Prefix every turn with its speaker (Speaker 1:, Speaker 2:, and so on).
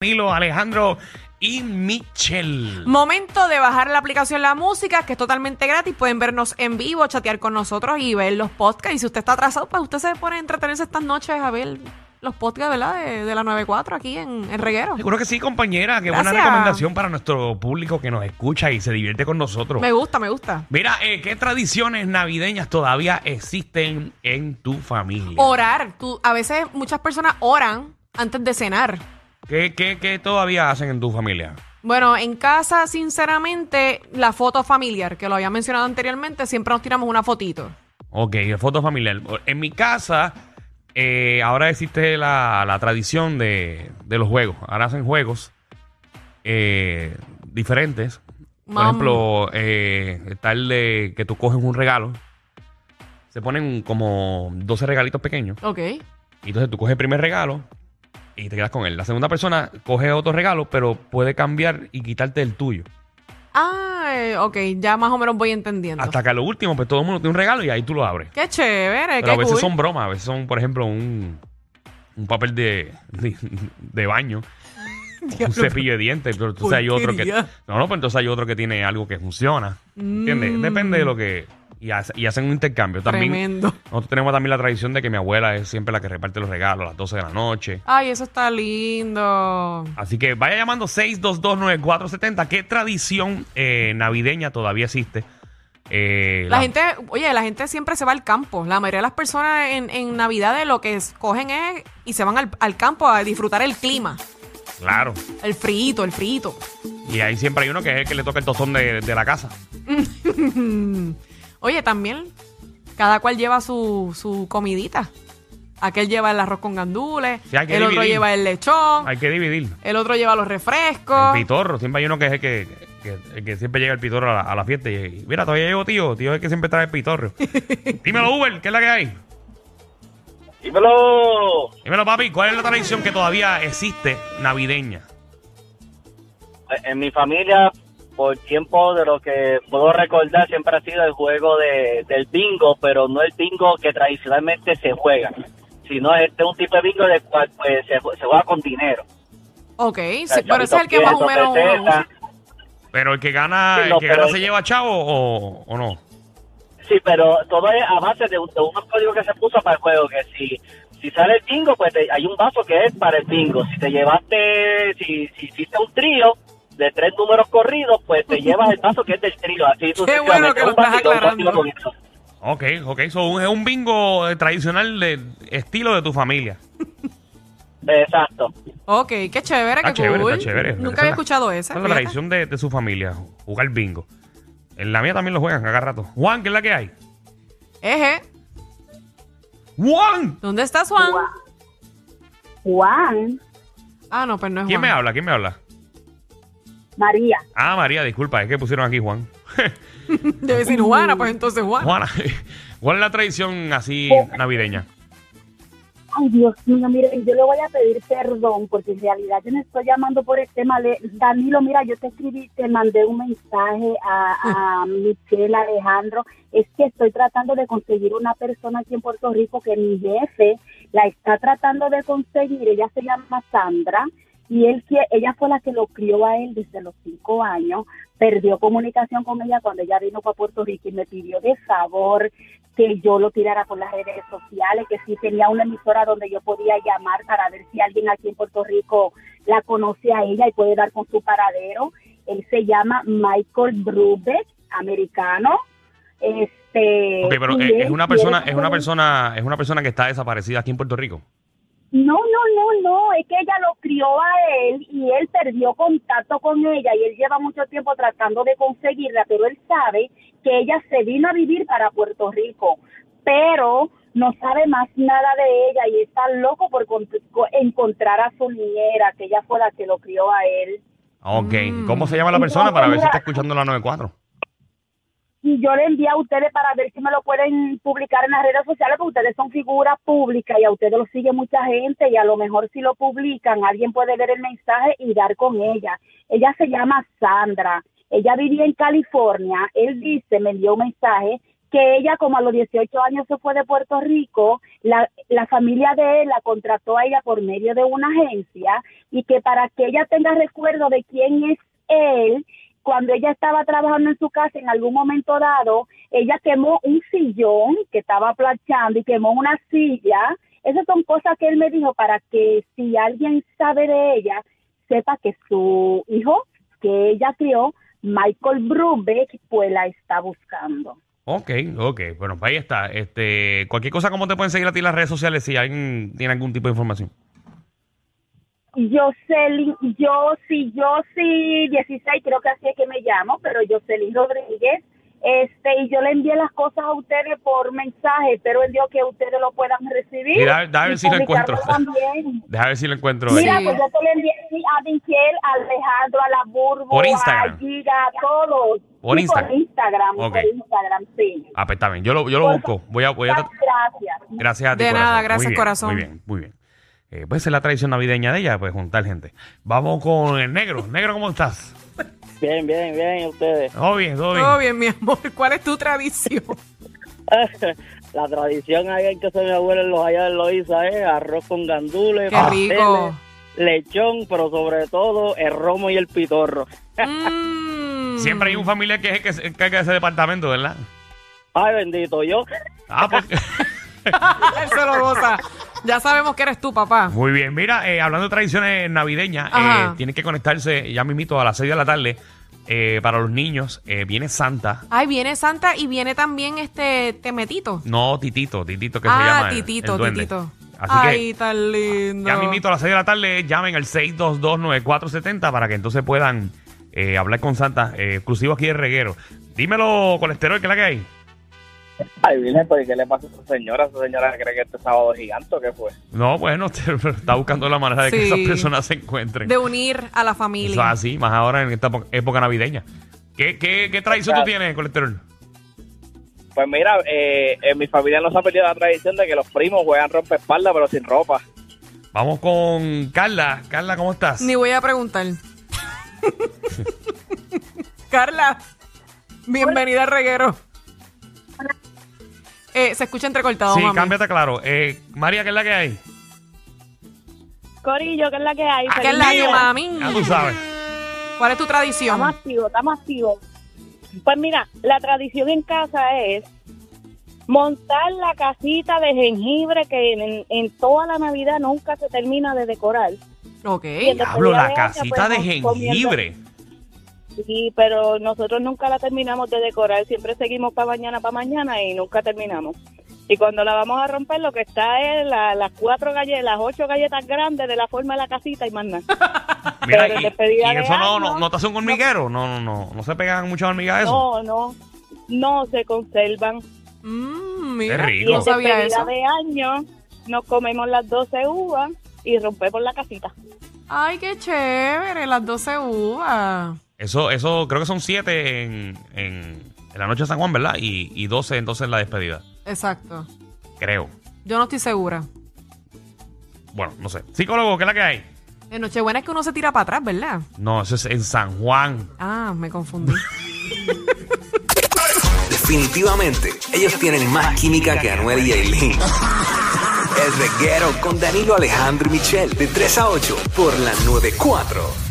Speaker 1: Danilo, Alejandro y Michelle.
Speaker 2: Momento de bajar la aplicación La Música, que es totalmente gratis. Pueden vernos en vivo, chatear con nosotros y ver los podcasts. Y si usted está atrasado, pues usted se pone a entretenerse estas noches a ver los podcasts, ¿verdad? De, de la 94 aquí en, en Reguero.
Speaker 1: Seguro que sí, compañera. Qué buena
Speaker 2: Gracias.
Speaker 1: recomendación para nuestro público que nos escucha y se divierte con nosotros.
Speaker 2: Me gusta, me gusta.
Speaker 1: Mira, eh, ¿qué tradiciones navideñas todavía existen en tu familia?
Speaker 2: Orar. Tú, a veces muchas personas oran antes de cenar.
Speaker 1: ¿Qué, qué, qué todavía hacen en tu familia?
Speaker 2: Bueno, en casa, sinceramente, la foto familiar, que lo había mencionado anteriormente, siempre nos tiramos una fotito.
Speaker 1: Ok, foto familiar. En mi casa, eh, ahora existe la, la tradición de, de los juegos. Ahora hacen juegos eh, diferentes. Por
Speaker 2: Mam.
Speaker 1: ejemplo, eh, está el de que tú coges un regalo. Se ponen como 12 regalitos pequeños.
Speaker 2: Ok.
Speaker 1: Y entonces tú coges el primer regalo y te quedas con él. La segunda persona coge otro regalo, pero puede cambiar y quitarte el tuyo.
Speaker 2: Ah, eh, ok, ya más o menos voy entendiendo.
Speaker 1: Hasta que a lo último, pues todo el mundo tiene un regalo y ahí tú lo abres.
Speaker 2: Qué chévere,
Speaker 1: Pero a
Speaker 2: qué
Speaker 1: veces
Speaker 2: cool.
Speaker 1: son bromas, a veces son, por ejemplo, un, un papel de, de, de baño, un cepillo de dientes, pero entonces hay otro que...
Speaker 2: Porquería.
Speaker 1: No, no, pero entonces hay otro que tiene algo que funciona. ¿Entiendes?
Speaker 2: Mm,
Speaker 1: Depende de lo que... Y, hace- y hacen un intercambio. También
Speaker 2: Tremendo.
Speaker 1: nosotros tenemos también la tradición de que mi abuela es siempre la que reparte los regalos a las 12 de la noche.
Speaker 2: Ay, eso está lindo.
Speaker 1: Así que vaya llamando 6229470. ¿Qué tradición eh, navideña todavía existe? Eh,
Speaker 2: La gente, oye, la gente siempre se va al campo. La mayoría de las personas en, en Navidad lo que escogen es y se van al, al campo a disfrutar el clima,
Speaker 1: Claro.
Speaker 2: el frito, el frito.
Speaker 1: Y ahí siempre hay uno que es el que le toca el tostón de, de la casa.
Speaker 2: Oye, también cada cual lleva su, su comidita. Aquel lleva el arroz con gandules,
Speaker 1: Sí, hay que
Speaker 2: el otro
Speaker 1: dividir.
Speaker 2: lleva el lechón,
Speaker 1: Hay que dividir.
Speaker 2: el otro lleva los refrescos.
Speaker 1: El pitorro. Siempre hay uno que es el que, que- el que siempre llega el pitorro a la, a la fiesta. Y, y, mira, todavía llegó tío. Tío es el que siempre trae el pitorro. Dímelo, Uber, ¿qué es la que hay?
Speaker 3: Dímelo.
Speaker 1: Dímelo, papi, ¿cuál es la tradición que todavía existe navideña?
Speaker 3: Eh, En mi familia, por tiempo de lo que puedo recordar, siempre ha sido el juego de, del bingo, pero no el bingo que tradicionalmente se juega, sino este es un tipo de bingo de cual pues, se, jue- se juega con dinero.
Speaker 2: Ok,
Speaker 3: O sea,
Speaker 2: sí, pero ese es el que más o
Speaker 3: chavitos,
Speaker 2: menos uno
Speaker 3: pesetas.
Speaker 2: usa.
Speaker 1: Pero el que gana,
Speaker 3: Sí, no,
Speaker 1: el que gana
Speaker 3: pero-
Speaker 1: se lleva chavo o, o no.
Speaker 3: Sí, pero todo es a base de, un- de unos códigos que se puso para el juego, que si, si sale el bingo, pues te- hay un vaso que es para el bingo. Si te llevaste, si, si hiciste un trío de tres números corridos, pues te llevas el vaso que es del trío. Así sucesivamente.
Speaker 2: bueno que
Speaker 3: Es
Speaker 2: lo
Speaker 3: un vaso
Speaker 2: estás
Speaker 3: y todo un
Speaker 2: aclarando.
Speaker 3: código con eso.
Speaker 1: Ok, ok, so, un- es un bingo eh, tradicional de estilo de tu familia.
Speaker 3: Exacto.
Speaker 2: Ok, qué chévere,
Speaker 1: Está
Speaker 2: qué
Speaker 1: Ah, chévere,
Speaker 2: cool.
Speaker 1: está chévere. Esa es
Speaker 2: Nunca había
Speaker 1: la-
Speaker 2: escuchado
Speaker 1: esa
Speaker 2: esa.
Speaker 1: Es la
Speaker 2: fíjate.
Speaker 1: tradición de, de su familia, jugar bingo. En la mía también lo juegan a cada rato. Juan, ¿qué es la que hay?
Speaker 2: Eje,
Speaker 1: ¡Juan!
Speaker 2: ¿dónde estás, Juan?
Speaker 4: Juan,
Speaker 2: Ah, no, pues no es
Speaker 1: ¿Quién
Speaker 2: Juan.
Speaker 1: me habla? ¿Quién me habla?
Speaker 4: María,
Speaker 1: Ah, María, disculpa, es que pusieron aquí Juan.
Speaker 2: Debe decir Juana,
Speaker 1: Uh,
Speaker 2: pues entonces
Speaker 4: Ah.
Speaker 2: Juan.
Speaker 1: Juana, ¿cuál es la tradición así
Speaker 4: Oh.
Speaker 1: navideña?
Speaker 4: ay Dios mío, mire, yo le voy a pedir perdón porque en realidad yo no estoy llamando por el tema de Danilo, mira, yo te escribí, te mandé un mensaje a, a Michelle, Alejandro, es que estoy tratando de conseguir una persona aquí en Puerto Rico que mi jefe la está tratando de conseguir, ella se llama Sandra. Y él, que- ella fue la que lo crió a él desde los cinco años, perdió comunicación con ella cuando ella vino para Puerto Rico y me pidió de favor que yo lo tirara por las redes sociales, que sí tenía una emisora donde yo podía llamar para ver si alguien aquí en Puerto Rico la conoce a ella y puede dar con su paradero. Él se llama Michael Brubeck, americano. Este,
Speaker 1: Ok, pero
Speaker 4: y
Speaker 1: eh,
Speaker 4: él
Speaker 1: es una
Speaker 4: quiere
Speaker 1: persona, es una
Speaker 4: saber-
Speaker 1: persona, es una persona que está desaparecida aquí en Puerto Rico.
Speaker 4: no, no, no, no, es que ella lo crió a él y él perdió contacto con ella y él lleva mucho tiempo tratando de conseguirla, pero él sabe que ella se vino a vivir para Puerto Rico, pero no sabe más nada de ella y está loco por con- co- encontrar a su niñera, que ella fue la que lo crió a él.
Speaker 1: Ok,
Speaker 2: Mm.
Speaker 1: ¿cómo se llama la persona para ver si está escuchando la 94?
Speaker 4: Y yo le envié a ustedes para ver si me lo pueden publicar en las redes sociales, porque ustedes son figuras públicas y a ustedes lo sigue mucha gente y a lo mejor si lo publican alguien puede ver el mensaje y dar con ella. Ella se llama Sandra, ella vivía en California, él dice, me envió un mensaje que ella como a los 18 años se fue de Puerto Rico, la, la familia de él la contrató a ella por medio de una agencia y que para que ella tenga recuerdo de quién es él, cuando ella estaba trabajando en su casa en algún momento dado, ella quemó un sillón que estaba planchando y quemó una silla. Esas son cosas que él me dijo para que si alguien sabe de ella, sepa que su hijo que ella crió, Michael Brubeck, pues la está buscando.
Speaker 1: Ok, ok. Bueno, pues ahí está. Este, cualquier cosa, ¿cómo te pueden seguir a ti en las redes sociales si alguien tiene algún tipo de información?
Speaker 4: Jocelyn, yo sí, yo sí, 16, creo que así es que me llamo, pero Jocelyn Rodríguez. Este, y yo le envié las cosas a ustedes por mensaje, pero en Dios que ustedes lo puedan recibir.
Speaker 1: Mira, déjame
Speaker 4: y
Speaker 1: ver si lo encuentro.
Speaker 4: publicarlo también.
Speaker 1: Déjame ver si lo encuentro.
Speaker 4: Mira,
Speaker 1: aquí.
Speaker 4: pues yo te lo envié sí, a Michelle, a Alejandro, a la Burbu,
Speaker 1: Por Instagram.
Speaker 4: a Giga, a todos.
Speaker 1: Por
Speaker 4: Sí,
Speaker 1: Instagram.
Speaker 4: Por Instagram,
Speaker 1: Ok.
Speaker 4: por Instagram, sí.
Speaker 1: Ah, pues está bien. Yo lo, yo lo
Speaker 4: Por
Speaker 1: busco. Voy a, voy a
Speaker 4: Muchas gracias.
Speaker 1: Gracias a ti.
Speaker 2: De nada,
Speaker 1: Muy
Speaker 2: gracias,
Speaker 1: bien,
Speaker 2: corazón.
Speaker 1: Muy bien, muy bien. Eh, pues es la tradición navideña de ella, pues juntar gente. Vamos con el negro. Negro, ¿cómo estás?
Speaker 3: Bien, bien, bien, ¿y ustedes.
Speaker 1: Todo bien, todo bien.
Speaker 2: Todo bien, mi amor. ¿Cuál es tu tradición?
Speaker 3: La tradición ahí en casa de mi abuela en los allá de Loiza es arroz con gandules,
Speaker 2: Qué
Speaker 3: pasteles,
Speaker 2: rico.
Speaker 3: lechón, pero sobre todo el romo y el pitorro.
Speaker 2: Mm.
Speaker 1: Siempre hay un familiar que es el que se encarga de ese departamento, ¿verdad?
Speaker 3: Ay, bendito, yo.
Speaker 1: Ah, pues.
Speaker 2: Él se lo goza. Ya sabemos que eres tú, papá.
Speaker 1: Muy bien, mira, eh, hablando de tradiciones navideñas, eh,
Speaker 2: Ajá.
Speaker 1: tienen que conectarse ya mismito a las 6 de la tarde eh, para los niños. Eh, viene Santa,
Speaker 2: Ay, viene Santa y viene también este temetito.
Speaker 1: no Titito, Titito que se
Speaker 2: ah,
Speaker 1: llama. el-
Speaker 2: titito,
Speaker 1: el duende.
Speaker 2: titito.
Speaker 1: Así
Speaker 2: Ay,
Speaker 1: que
Speaker 2: tan lindo.
Speaker 1: ya mismito a las 6 de la tarde llamen al 6229470 para que entonces puedan eh, hablar con Santa, eh, exclusivo aquí de Reguero. Dímelo, colesterol, que es la que hay?
Speaker 3: Ay, Virgen, ¿por qué le pasa a su señora? Su señora cree que este sábado es gigante, ¿o ¿qué fue?
Speaker 1: No, bueno, está buscando la manera de que
Speaker 2: Sí.
Speaker 1: esas personas se encuentren.
Speaker 2: De unir a
Speaker 1: Eso
Speaker 2: la
Speaker 1: es
Speaker 2: familia.
Speaker 1: así, más ahora en esta po- época navideña. ¿Qué, qué, qué tradición tú
Speaker 3: Claro.
Speaker 1: tienes, colesterol?
Speaker 3: Pues mira, eh, en mi familia no se ha perdido la tradición de que los primos juegan espalda pero sin ropa.
Speaker 1: Vamos con Carla. Carla, ¿cómo estás?
Speaker 2: Ni voy a preguntar. Carla, bienvenida al reguero. Eh, se escucha entrecortado,
Speaker 1: sí,
Speaker 2: mami.
Speaker 1: cámbiate claro. Eh, María, ¿qué es la que hay?
Speaker 4: Corillo, ¿qué es la que hay?
Speaker 2: ¿Qué es la que, mami?
Speaker 1: Ya tú sabes.
Speaker 2: ¿Cuál es tu tradición?
Speaker 4: Estamos activos, estamos activos. Pues mira, la tradición en casa es montar la casita de jengibre que en, en toda la Navidad nunca se termina de decorar.
Speaker 2: Ok.
Speaker 4: Entonces,
Speaker 1: Hablo
Speaker 4: ya
Speaker 1: la
Speaker 4: vea que,
Speaker 1: casita
Speaker 4: pues,
Speaker 1: de
Speaker 4: nos comiendo-
Speaker 1: jengibre.
Speaker 4: Sí, pero nosotros nunca la terminamos de decorar, siempre seguimos para mañana, para mañana y nunca terminamos. Y cuando la vamos a romper, lo que está es la- las cuatro galletas, las ocho galletas grandes de la forma de la casita y más nada.
Speaker 1: Mira,
Speaker 4: pero
Speaker 1: y,
Speaker 4: despedida
Speaker 1: y
Speaker 4: de
Speaker 1: eso no,
Speaker 4: año,
Speaker 1: no, no te hace un hormiguero. No, no, no. No se pegan muchas hormigas eso.
Speaker 4: No, no, no se conservan.
Speaker 2: Mm,
Speaker 1: Qué
Speaker 2: mira,
Speaker 1: rico.
Speaker 4: Y
Speaker 2: no
Speaker 4: en
Speaker 2: sabía
Speaker 4: despedida
Speaker 2: eso.
Speaker 4: de año nos comemos las 12 uvas y rompemos la casita.
Speaker 2: Ay, qué chévere, las 12 uvas.
Speaker 1: Eso, eso creo que son siete en, en- en la noche de San Juan, ¿verdad? Y, y 12 entonces en la despedida.
Speaker 2: Exacto.
Speaker 1: Creo.
Speaker 2: Yo no estoy segura.
Speaker 1: Bueno, no sé. Psicólogo, ¿qué es la que hay?
Speaker 2: En Nochebuena es que uno se tira para atrás, ¿verdad?
Speaker 1: No, eso es en San Juan.
Speaker 2: Ah, me confundí.
Speaker 5: Definitivamente, ellos tienen más química que Anuel y Aileen. El reguero con Danilo Alejandro y Michel, de 3 a 8, por la 94. 4